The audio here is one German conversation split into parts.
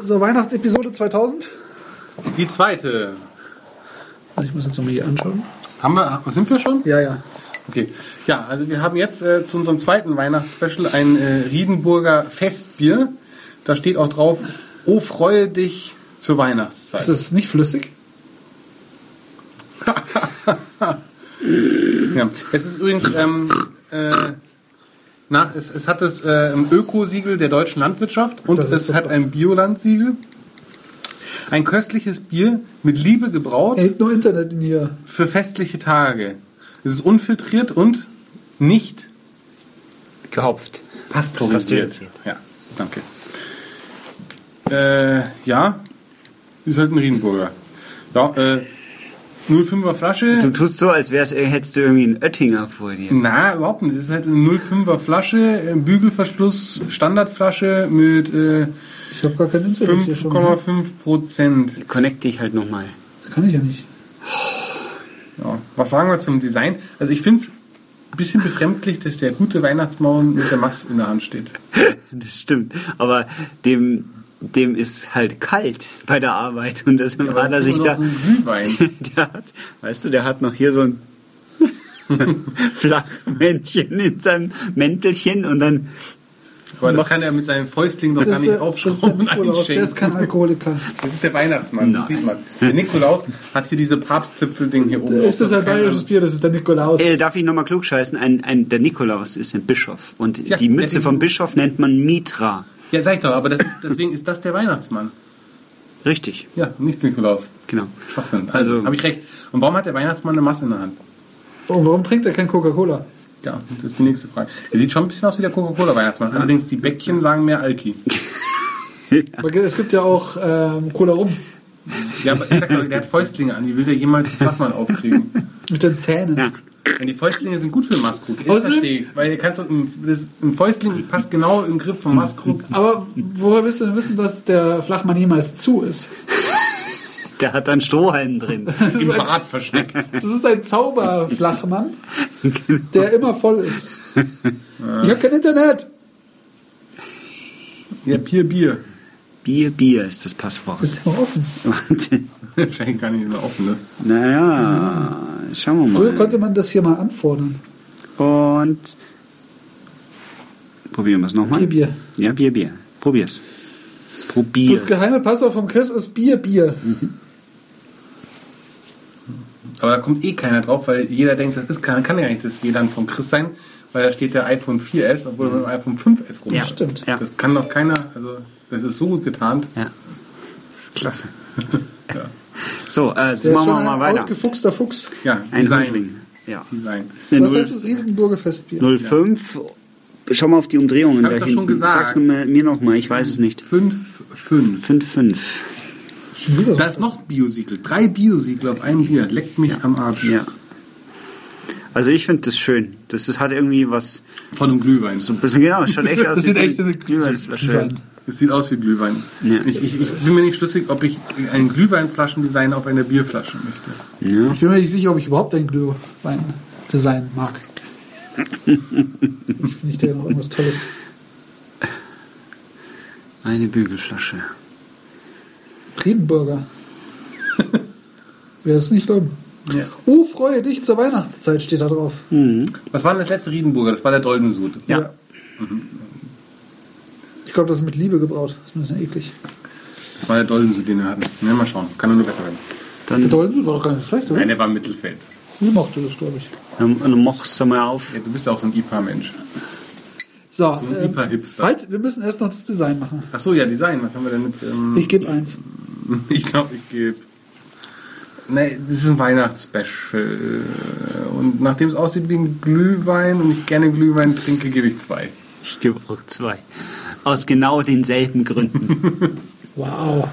So, Weihnachtsepisode 2000. Die zweite. Also ich muss jetzt nochmal hier anschauen. Haben wir, sind wir schon? Ja, ja. Okay. Ja, also wir haben jetzt äh, zu unserem zweiten Weihnachtsspecial ein äh, Riedenburger Festbier. Da steht auch drauf, oh freue dich zur Weihnachtszeit. Ist das nicht flüssig? Ja. Es ist übrigens ähm, äh, nach, es, es hat das äh, ein Ökosiegel der deutschen Landwirtschaft und Das ist es hat super. ein Biolandsiegel. Ein köstliches Bier mit Liebe gebraut Er hält nur Internet in hier. für festliche Tage. Es ist unfiltriert und nicht Gehopft. pasteurisiert. Pasteurisiert. Ja, danke. Äh, ja, ist halt ein Riedenburger. Ja, äh, 05er Flasche. Du tust so, als wär's, äh, hättest du irgendwie einen Oettinger vor dir. Na, überhaupt nicht. Das ist halt eine 05er Flasche, äh, Bügelverschluss, Standardflasche mit äh, Ich habe gar kein Internet hier schon. ne? 5,5 Prozent. Connect dich halt nochmal. Das kann ich ja nicht. Ja. Was sagen wir zum Design? Also ich finde es ein bisschen befremdlich, dass der gute Weihnachtsmann mit der Mast in der Hand steht. Das stimmt. Aber dem, dem ist halt kalt bei der Arbeit. Und deshalb hat er sich Guck mal da. auf den Glühwein. Der hat, weißt du, der hat noch hier so ein Flachmännchen in seinem Mäntelchen und dann. Aber das kann er mit seinen Fäustlingen doch gar nicht das ist der aufschrauben und Nikolaus, der einschenken. ist kein Alkoholiker. Das ist der Weihnachtsmann, das Nein. sieht man. Der Nikolaus hat hier diese Papstzipfelding hier oben. Ist das ein Keine bayerisches Ahnung. Bier? Das ist der Nikolaus. Äh, darf ich nochmal klug scheißen? Ein, ein, der Nikolaus ist ein Bischof. Und Ja, die Mütze ja, die- vom Bischof nennt man Mitra. Ja, sag ich doch, aber das ist, deswegen ist das der Weihnachtsmann. Richtig, Ja, nichts Nikolaus. genau. Schwachsinn. Also, Also- habe ich recht. Und warum hat der Weihnachtsmann eine Masse in der Hand? Und Oh, warum trinkt er kein Coca-Cola? Ja, das ist die nächste Frage. Er sieht schon ein bisschen aus wie der Coca-Cola-Weihnachtsmann. Allerdings, die Bäckchen sagen mehr Alki. Weil Es gibt ja auch ähm, Cola rum. Ja, aber ich sag doch, der hat Fäustlinge an. Wie will der jemals den Flachmann aufkriegen? Mit den Zähnen. Ja. Denn die Fäustlinge sind gut für den Maskrug. Ich Außerdem- verstehe es. Weil ihr kannst doch ein, das, ein Fäustling passt genau im Griff vom Maskrug. Aber woher willst du denn wissen, dass der Flachmann niemals zu ist? Der hat dann Strohhalm drin. Das Im ist ein, Bart versteckt. das ist ein Zauberflachmann, Genau. der immer voll ist. Ich habe kein Internet. Ja, Bier, Bier. Bier, Bier ist das Passwort. Ist noch offen. Wahrscheinlich gar nicht mehr offen, ne? naja, schauen wir Früher mal. konnte man das hier mal anfordern. Und probieren wir es nochmal. Bier, Bier. Ja, Bier, Bier. Probier's. Das Probier's. geheime Passwort vom Chris ist Bier, Bier. Aber da kommt eh keiner drauf, weil jeder denkt, das ist, kann, kann ja nicht das WLAN von Chris sein, weil da steht der iPhone 4S, obwohl er mit dem iPhone 5S rumsteht. Mhm. Ja, stimmt. Ja. Das kann doch keiner, also das ist so gut getarnt. Ja. Klasse. So, äh, jetzt Der ist machen schon wir mal ein weiter. ausgefuchster Fuchs. Ja, Ein Design. Hundling. Ja. Design. Eine Was Null- heißt das Riedenburger Festbier? 05. Schau mal auf die Umdrehungen Hab ich da doch hinten. schon gesagt. Sag's mir, mir nochmal, ich weiß es nicht. 5, 5. 5-5. Schon wieder. Da ist noch Biosiegel. Drei Biosiegel auf einem Bier. Leckt mich am Arsch. Ja. Also ich finde das schön. Das, das hat irgendwie was. Von einem Glühwein. So ein bisschen genau, schaut echt aus. Das wie sieht so echt aus wie Glühweinflasche. Glühwein. Es sieht aus wie Glühwein. Ja. Ich, ich, ich bin mir nicht schlüssig, ob ich ein Glühweinflaschendesign auf einer Bierflasche möchte. Ich bin mir nicht sicher, ob ich überhaupt ein Glühwein design mag. ich finde ich da noch irgendwas Tolles. Eine Bügelflasche. Riedenburger. Wer es nicht glauben. Ja. Oh, freue dich zur Weihnachtszeit, steht da drauf. Was war denn das letzte Riedenburger? Das war der Doldensud. Ja. Ich glaube, das ist mit Liebe gebraut. Das ist ein bisschen eklig. Das war der Doldensud, den wir hatten. Na, mal schauen. Kann nur besser werden. Der Dann, Dolden war doch gar nicht schlecht, oder? Nein, der war im Mittelfeld. Wie mochte das, glaube ich. dann, dann machst du mal auf. Ja, du bist ja auch so ein IPA-Mensch. So, So ein Hyper-Hipster. halt, wir müssen erst noch das Design machen. Achso, ja, Design. Was haben wir denn jetzt? Ähm, Ich gebe eins. ich glaube, ich gebe. Nee, das ist ein Weihnachtsspecial. Und nachdem es aussieht wie ein Glühwein und ich gerne Glühwein trinke, gebe ich zwei. Ich gebe auch zwei. Aus genau denselben Gründen. Wow.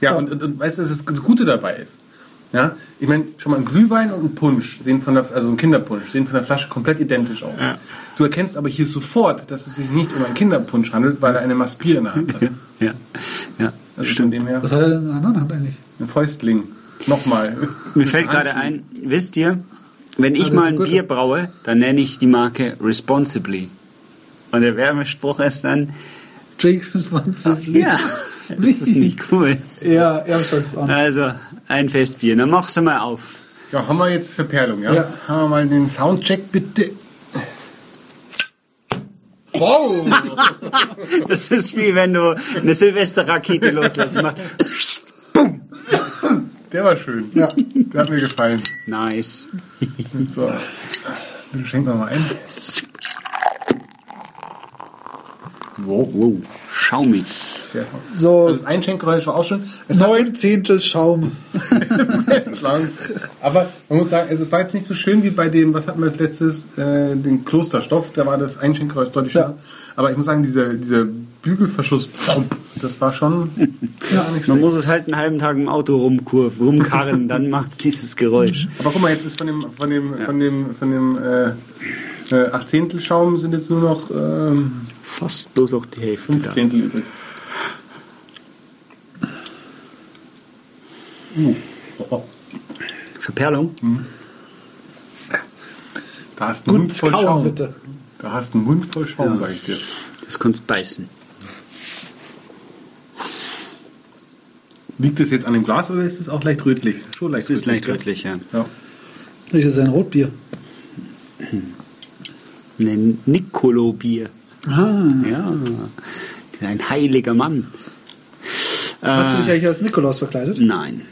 Ja, und, und, und weißt du, dass das das Gute dabei ist? Ja, ich meine, schon mal ein Glühwein und ein Punsch sehen von der, also ein Kinderpunsch, sehen von der Flasche komplett identisch aus. Du erkennst aber hier sofort, dass es sich nicht um einen Kinderpunsch handelt, weil er eine Maspier in der Hand hat. ja, ja. Also von dem her Was hat er denn in der anderen Hand eigentlich? ein Fäustling. Nochmal. Mir fällt gerade ein, wisst ihr, wenn ich der mal ein Gute. Bier braue, dann nenne ich die Marke Responsibly. Und der Werbespruch ist dann, Jake's Manzini. Ja, ist das nicht cool? Ja, er schaut's an. Also, ein Festbier. Dann mach's mal auf. Ja, haben wir jetzt Verperlung, ja? Ja. Haben wir mal den Soundcheck bitte. Wow! Das ist wie wenn du eine Silvesterrakete loslassen machst. Der war schön. Ja. Der hat mir gefallen. Nice. So. Den schenken wir mal ein. Wow, wow. Schaumig. Der- So, Also das Einschenkgeräusch war auch schön. Es hat neun Zehntel Schaum. jetzt lang. Aber man muss sagen, es war jetzt nicht so schön wie bei dem, was hatten wir als letztes, äh, den Klosterstoff. Da war das Einschenkgeräusch deutlich schöner. Aber ich muss sagen, dieser, dieser Bügelverschluss, das war schon ja, nicht Man schlecht. muss es halt einen halben Tag im Auto rumkurven, rumkarren, dann macht's dieses Geräusch. Aber guck mal, jetzt ist von dem, von dem, von dem, von dem äh, äh, Achtzehntel-Schaum sind jetzt nur noch ähm, Fast bloß noch die Hälfte. da. Fünfzehntel übrig. Uh. Oh, Verperlung? da hast du einen Mund voll kauen, Schaum. bitte. Da hast du einen Mund voll Schaum, sag ich dir. Das kannst du beißen. Liegt es jetzt an dem Glas oder ist es auch leicht rötlich? Schon leicht Es ist leicht rötlich, ja. Ja. Riecht das ein Rotbier. Ein Nicolo-Bier. Ah. Ja. Ein heiliger Mann. Äh, Hast du dich eigentlich als Nikolaus verkleidet? Nein.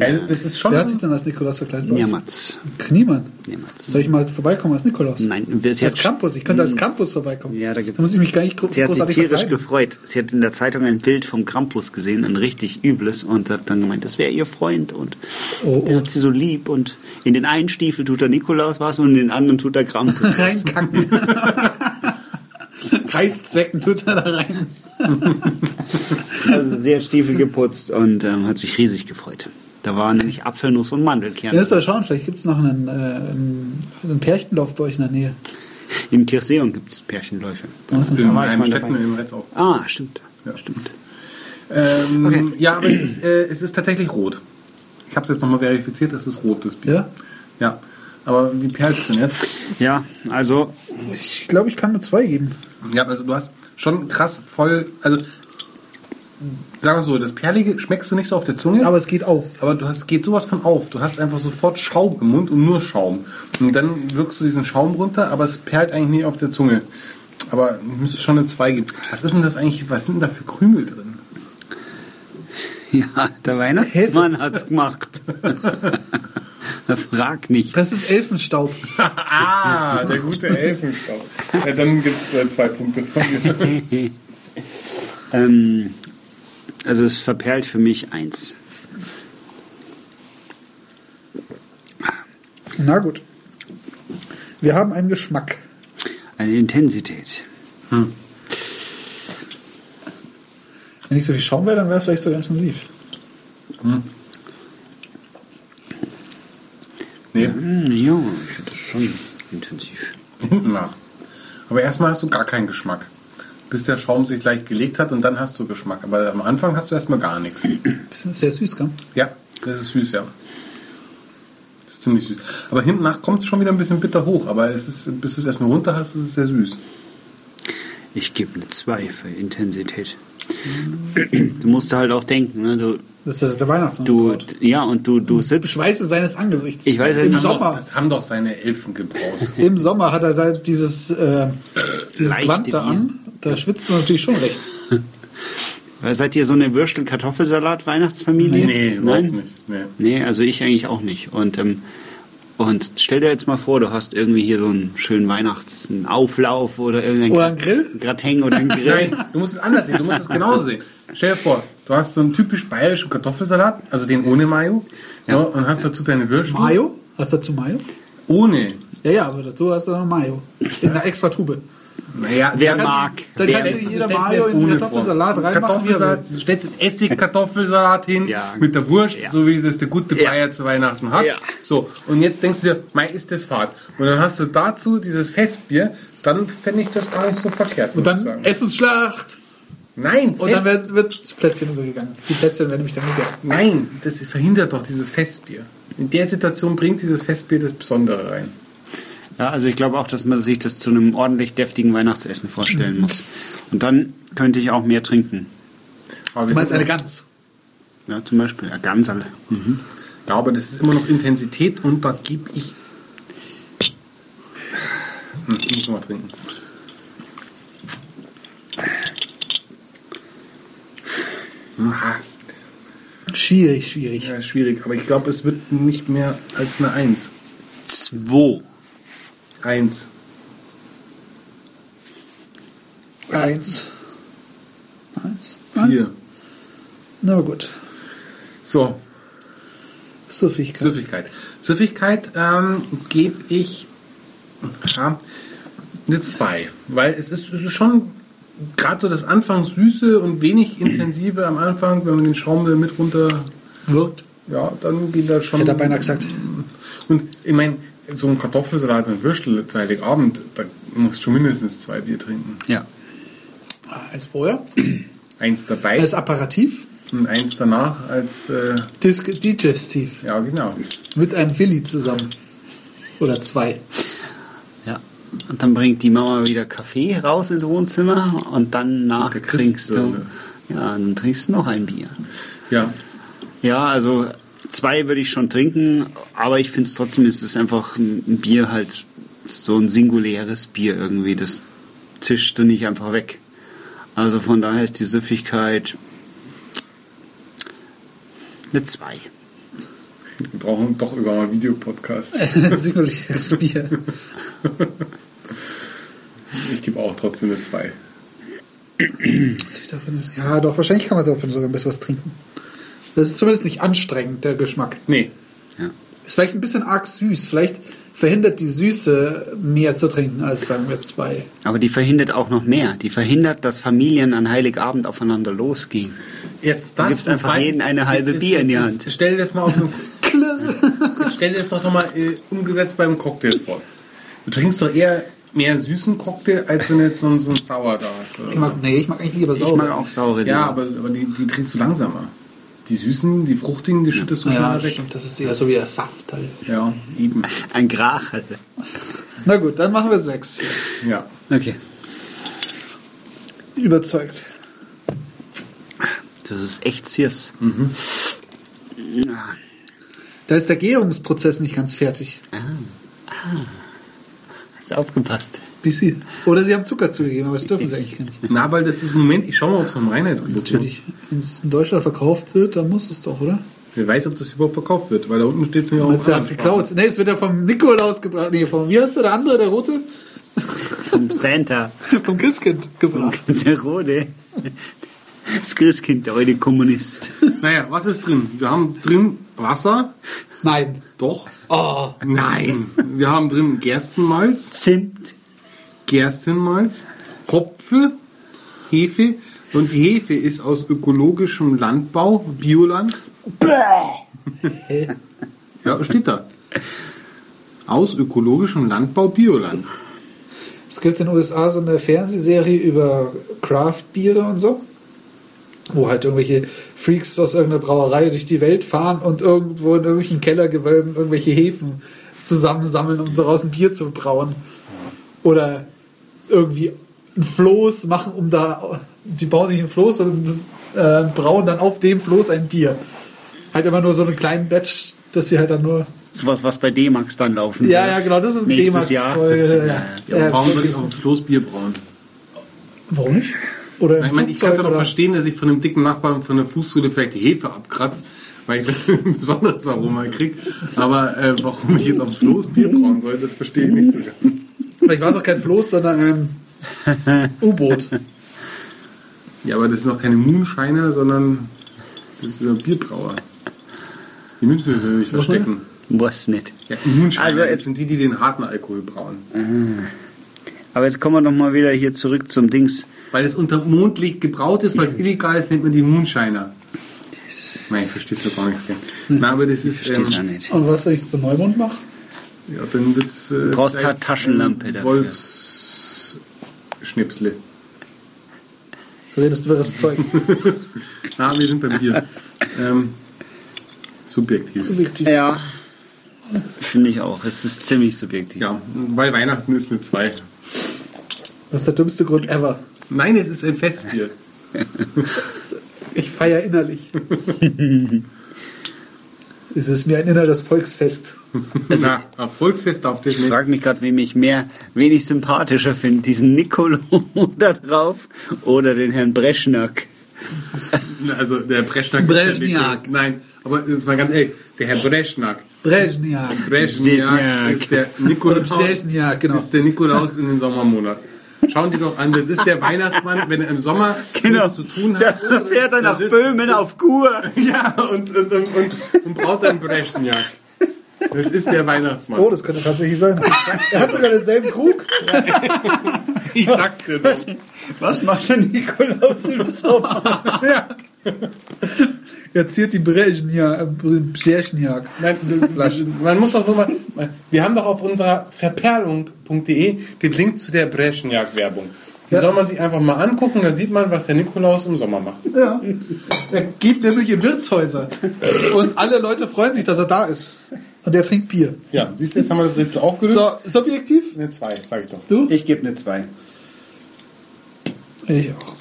Also, es ist schon. Wer hat sich denn als Nikolaus verkleidet? bei euch? Niemals. Niemand. Niemals. Soll ich mal vorbeikommen als Nikolaus? Nein, wir sind Als jetzt- Campus, ich könnte als Campus vorbeikommen. Ja, da gibt's. muss ich mich gar nicht gro- Sie hat sich großartig tierisch verkleiden. gefreut. Sie hat in der Zeitung ein Bild vom Krampus gesehen, ein richtig übles, und hat dann gemeint, das wäre ihr Freund und Oh, der oh. hat sie so lieb. Und in den einen Stiefel tut der Nikolaus was und in den anderen tut der Krampus. was. Reinkacken. Reißzwecken tut er da rein. Also sehr Stiefel geputzt und ähm, hat sich riesig gefreut. Da waren nämlich Apfelnuss und Mandelkern Ihr müsst doch schauen, vielleicht gibt es noch einen, äh, einen, einen Pärchendorf bei euch in der Nähe. Im Kirchseeum gibt es Pärchenläufe. Da, In einem mal Städten dabei. im Netz auch. Ah, stimmt. Ja. Stimmt. Ähm, Okay. Ja, aber es ist, äh, es ist tatsächlich rot. Ich habe es jetzt nochmal verifiziert, es ist rot, das Bier. Ja? Ja. Aber wie perlt denn jetzt? Ja, also Ich glaube, ich kann nur zwei geben. Ja, also du hast schon krass voll. Also, sag mal so, das Perlige schmeckst du nicht so auf der Zunge. Aber es geht auch. Aber du hast, geht sowas von auf. Du hast einfach sofort Schaum im Mund und nur Schaum. Und dann wirkst du diesen Schaum runter, aber es perlt eigentlich nicht auf der Zunge. Aber es müsste schon eine 2 geben. Was ist denn das eigentlich? Was sind denn da für Krümel drin? Ja, der Weihnachtsmann hat's gemacht. Frag nicht. Das ist Elfenstaub. Ah, der gute Elfenstaub. Ja, dann gibt es zwei Punkte von mir. Ähm, also es verperlt für mich eins. Na gut. Wir haben einen Geschmack. Eine Intensität. Wenn nicht so viel Schaum wäre, dann wäre es vielleicht sogar intensiv. Nee, Hm, ja, ich finde das schon intensiv. hinten nach. Aber erstmal hast du gar keinen Geschmack. Bis der Schaum sich leicht gelegt hat und dann hast du Geschmack. Aber am Anfang hast du erstmal gar nichts. Bisschen sehr süß, gell? Ja, das ist süß, ja. Das ist ziemlich süß. Aber hinten nach kommt es schon wieder ein bisschen bitter hoch, aber es ist, bis du es erstmal runter hast, ist es sehr süß. Ich gebe eine 2 für Intensität. Du musst da halt auch denken, ne? Du, Das ist ja der Weihnachtsmann. Oh du, ja, und du, du sitzt. Schweiße seines Angesichts. Ich weiß es Im nicht. Sommer. Das haben doch seine Elfen gebraut. Im Sommer hat er seit dieses, äh, dieses Leichte Gewand da Bier. an. Da schwitzt man natürlich schon recht. Weil Seid ihr so eine Würstel-Kartoffelsalat-Weihnachtsfamilie? nee, überhaupt Nein? nicht. Nee. Nee, also ich eigentlich auch nicht. Und, ähm, und stell dir jetzt mal vor, du hast irgendwie hier so einen schönen Weihnachts-, einen Auflauf oder irgendein Oder einen Grill? Gratin oder einen Grill. Nein, du musst es anders sehen, du musst es genauso sehen. Stell dir vor, du hast so einen typisch bayerischen Kartoffelsalat, also den ohne Mayo, ja. und hast dazu deine Würstchen. Mayo? Hast du dazu Mayo? Ohne. Ja, ja, aber dazu hast du noch Mayo. In einer extra Tube. Naja, Wer du kannst- mag. Da wer, kannst du Du jeder stellst Mayo jetzt in ohne den Kartoffelsalat vor. reinmachen, Kartoffelsalat, du stellst einen Essig-Kartoffelsalat hin Ja. mit der Wurst, Ja. so wie das der gute Ja. Bayer zu Weihnachten hat. Ja. So, und jetzt denkst du dir, mei, ist das fad. Und dann hast du dazu dieses Festbier, dann fände ich das gar nicht so verkehrt. Und muss dann ich sagen. Essensschlacht. Nein, Und Fest, dann wird, wird das Plätzchen übergegangen. Die Plätzchen werden nämlich dann gegessen. nein, das verhindert doch dieses Festbier. In der Situation bringt dieses Festbier das Besondere rein. ja, also ich glaube auch, dass man sich das zu einem ordentlich deftigen Weihnachtsessen vorstellen muss. Und dann könnte ich auch mehr trinken. Aber wir Du meinst sind eine noch- Gans. Ja, zum Beispiel. Ja, ganz alle. ja, aber das ist immer noch Intensität und da gebe ich. Hm, Ich muss mal trinken. Hm, Schwierig, schwierig. Ja, schwierig, aber ich glaube, es wird nicht mehr als eine Eins. Zwei. Eins. Eins. Eins. Eins. Vier. Na gut. So, Süffigkeit. Süffigkeit. Süffigkeit ähm, gebe ich ja, eine 2, weil es ist, es ist schon gerade so das Anfang süße und wenig intensive am Anfang, wenn man den Schaum mit runter wirkt, ja, dann geht da schon. Hätte er beinahe gesagt. Und ich meine, so ein Kartoffelsalat und Würstel Heiligabend, da musst du schon mindestens zwei Bier trinken. Ja. Als Also vorher. Eins dabei Als Apparativ. und eins danach als, äh, Dis Digestiv. ja genau. Mit einem Willi zusammen. Oder zwei. Ja. Und dann bringt die Mama wieder Kaffee raus ins Wohnzimmer und danach Mit der trinkst du. Christbirne. Ja, dann trinkst du noch ein Bier. Ja, Ja, also zwei würde ich schon trinken, aber ich finde es trotzdem, es ist einfach ein ein Bier halt so ein singuläres Bier irgendwie. Das zischt du nicht einfach weg. Also von daher ist die Süffigkeit eine zwei. wir brauchen doch über mal Videopodcast. Äh. Singuläres Bier. Ich gebe auch trotzdem eine 2. Was hab ich davon nicht- Ja, doch, wahrscheinlich kann man davon sogar ein bisschen was trinken. Das ist zumindest nicht anstrengend, der Geschmack. Nee. Ja. Ist vielleicht ein bisschen arg süß. Vielleicht verhindert die Süße, mehr zu trinken als, sagen wir, zwei. Aber die verhindert auch noch mehr. Die verhindert, dass Familien an Heiligabend aufeinander losgehen. Jetzt gibst und einfach zweitens- jeden eine halbe Bier in die Hand. Stell dir das mal auf einem, stell dir das doch nochmal äh, umgesetzt beim Cocktail vor. Du trinkst doch eher mehr süßen Cocktail, als wenn du jetzt so einen, so einen Sour da hast. Ich mag, nee, ich mag eigentlich lieber Ich mag sauer. auch saure Dinge. Ja, aber, aber die, die trinkst du langsamer. Die süßen, die fruchtigen, die schüttest du Ja, schneller das weg. stimmt, das ist eher so wie der Saft halt. Ja, eben. Ein halt. Grachel. Na gut, dann machen wir sechs. Ja. Okay. Überzeugt. Das ist echt Sirs. Da ist der Gärungsprozess nicht ganz fertig. Hast du aufgepasst? Wie sie. Oder sie haben Zucker zugegeben, aber das dürfen sie eigentlich gar nicht. Na, weil das ist Moment, ich schau mal, ob es noch Reinheitsgebot gibt. Natürlich. Wenn es in Deutschland verkauft wird, dann muss es doch, oder? Wer weiß, ob das überhaupt verkauft wird, weil da unten steht es mir auch. Meinst du, er hat es geklaut? Nee, es wird ja vom Nikolaus gebracht. Nee, von wie heißt der, der andere, der rote? Santa. Vom Christkind gebracht. Der Rode. Das Christkind, der heute Kommunist. Naja, was ist drin? Wir haben drin Wasser. Nein. Doch. Oh, Nein, wir haben drin Gerstenmalz, Zimt. Gerstenmalz, Hopfe, Hefe und die Hefe ist aus ökologischem Landbau, Bioland. ja, steht da. Aus ökologischem Landbau, Bioland. Es gibt in den USA so eine Fernsehserie über Craft-Biere und so, wo halt irgendwelche Freaks aus irgendeiner Brauerei durch die Welt fahren und irgendwo in irgendwelchen Kellergewölben irgendwelche Hefen zusammensammeln, um daraus ein Bier zu brauen. Oder irgendwie ein Floß machen, um da, die bauen sich ein Floß und äh, brauen dann auf dem Floß ein Bier. Halt immer nur so einen kleinen Batch, dass sie halt dann nur. Sowas, was bei D-Max dann laufen Ja, wird. ja, genau, das ist eine Nächstes Jahr. D-Max-Folge. Ja, Äh, warum soll ich auf dem Floß Bier brauen? Warum nicht? Oder im Ich meine, ich kann Flugzeug es aber oder- verstehen, dass ich von einem dicken Nachbarn von der Fußsohle vielleicht die Hefe abkratze, weil ich ein besonderes Aroma kriege. Aber äh, warum ich jetzt auf dem Floß Bier brauen soll, das verstehe ich nicht so ganz. Vielleicht war es auch kein Floß, sondern ein U-Boot. Ja, aber das sind auch keine Moonshiner, sondern das ist ein Bierbrauer. Die müssen das ja nicht verstecken. Was nicht. Ja, Moonshiner also Also jetzt- jetzt sind die, die den harten Alkohol brauen. Aber jetzt kommen wir doch mal wieder hier zurück zum Dings. Weil es unter Mondlicht gebraut ist, weil es illegal ist, nennt man die Moonshiner. Nein, ich verstehe doch gar nichts. gell. Na, aber das ist. Verstehst du ähm, Hm. nicht. Und was, wenn ich es zum Neumond mache? ja, dann wird's. Äh, brauchst vielleicht halt Taschenlampe ein dafür. Wolfsschnipsle. So redest du über das Zeug. Na, wir sind beim Bier. ähm, subjektiv. Subjektiv. Ja. Finde ich auch. Es ist ziemlich subjektiv. Ja, weil Weihnachten ist eine 2. Das ist der dümmste Grund ever. Nein, es ist ein Festbier. Ich feiere innerlich. es ist mir ein inneres Volksfest. Na, auf Volksfest darf das Also, Ich nicht. frage mich gerade, wem ich mehr, wen ich sympathischer finde, diesen Nicolo da drauf oder den Herrn Breschnack. Also der Breschnack. ist Breschniak. der- Nein, aber ist mal ganz ehrlich, der Herr Breschnack. Brezhniak. Breschniak Breschniak. ist der Nikolaus. Breschniak, genau. Ist der Nikolaus in den Sommermonaten. Schauen die doch an, das ist der Weihnachtsmann, wenn er im Sommer nichts zu tun Genau. Da hat. fährt er Da nach sitzt- Böhmen auf Kur. Ja, und, und, und, und, und braucht seinen Breschniak. Das ist der Weihnachtsmann. Oh, das könnte tatsächlich sein. Er hat sogar denselben Krug. Ich sag's dir doch. Was macht der Nikolaus im Sommer? Er ziert die äh, Brezhniak. Brezhniak. Nein, das- man muss doch nur mal. Wir haben doch auf unserer verperlung.de den Link zu der Breschniak-Werbung. Die Ja. soll man sich einfach mal angucken, da sieht man, was der Nikolaus im Sommer macht. Ja. Er geht nämlich in Wirtshäuser. Und alle Leute freuen sich, dass er da ist. Und er trinkt Bier. Ja, siehst du, jetzt haben wir das Rätsel auch gelöst. So, subjektiv? Ne, zwei, sag ich doch. Du? Ich gebe eine 2. Ich auch.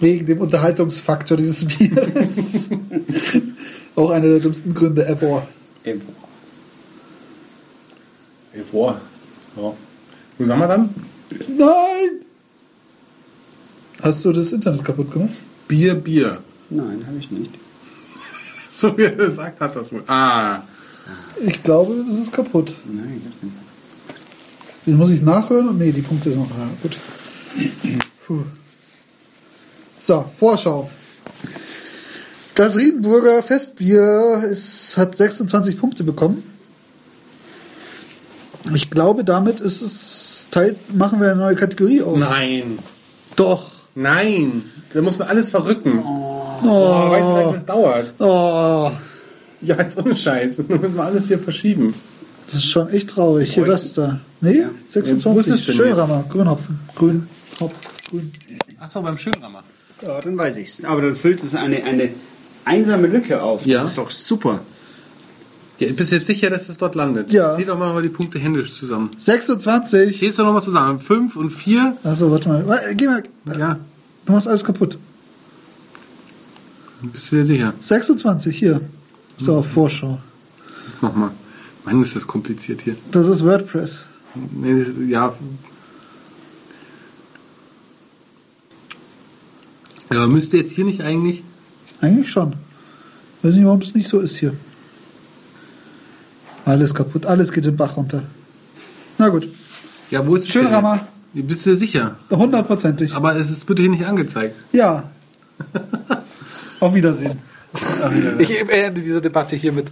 Wegen dem Unterhaltungsfaktor dieses Bieres. auch einer der dümmsten Gründe ever. Vor. Ja. Wo sagen wir dann? Nein! Hast du das Internet kaputt gemacht? Bier, Bier. Nein, habe ich nicht. So wie er das sagt, hat das wohl. Ah. Ich glaube, das ist kaputt. Nein, ich hab's nicht. Das muss ich nachhören und nee, die Punkte sind noch da. Gut. Puh. So, Vorschau. Das Riedenburger Festbier ist, hat 26 Punkte bekommen. Ich glaube, damit ist es Teil, machen wir eine neue Kategorie auf. Nein. Doch. Nein. Da muss man alles verrücken. Oh. Weißt du, wie lange das dauert? Oh, Ja, ist ohne Scheiß. Da müssen wir alles hier verschieben. das ist schon echt traurig. Hier, das da. Nee, Wo ist es 26. denn Schönrammer, Grünhopfen. Grün, Hopf, Grün. Achso, beim Schönrammer. Ja, dann weiß ich's. Aber dann füllt es eine, eine einsame Lücke auf. Ja. Das ist doch super. Ja, bist du jetzt sicher, dass es dort landet? Ja. Zieh doch mal die Punkte händisch zusammen. 26. Stehst du nochmal zusammen? Fünf und vier? Achso, warte mal. Wa- Geh mal. Ja. Du machst alles kaputt. Bist du dir sicher? 26, hier. So, Vorschau. Nochmal. Mann, ist das kompliziert hier. Das ist WordPress. Nee, das, ja. Ja, müsste jetzt hier nicht eigentlich. Eigentlich schon. Weiß nicht, warum es nicht so ist hier. Alles kaputt, alles geht den Bach runter. Na gut, Ja, wo ist es denn Schönrammer. jetzt? Bist du dir sicher? hundertprozentig. Aber es ist, wird hier nicht angezeigt. Ja. Auf Wiedersehen. Ich beende diese Debatte hiermit.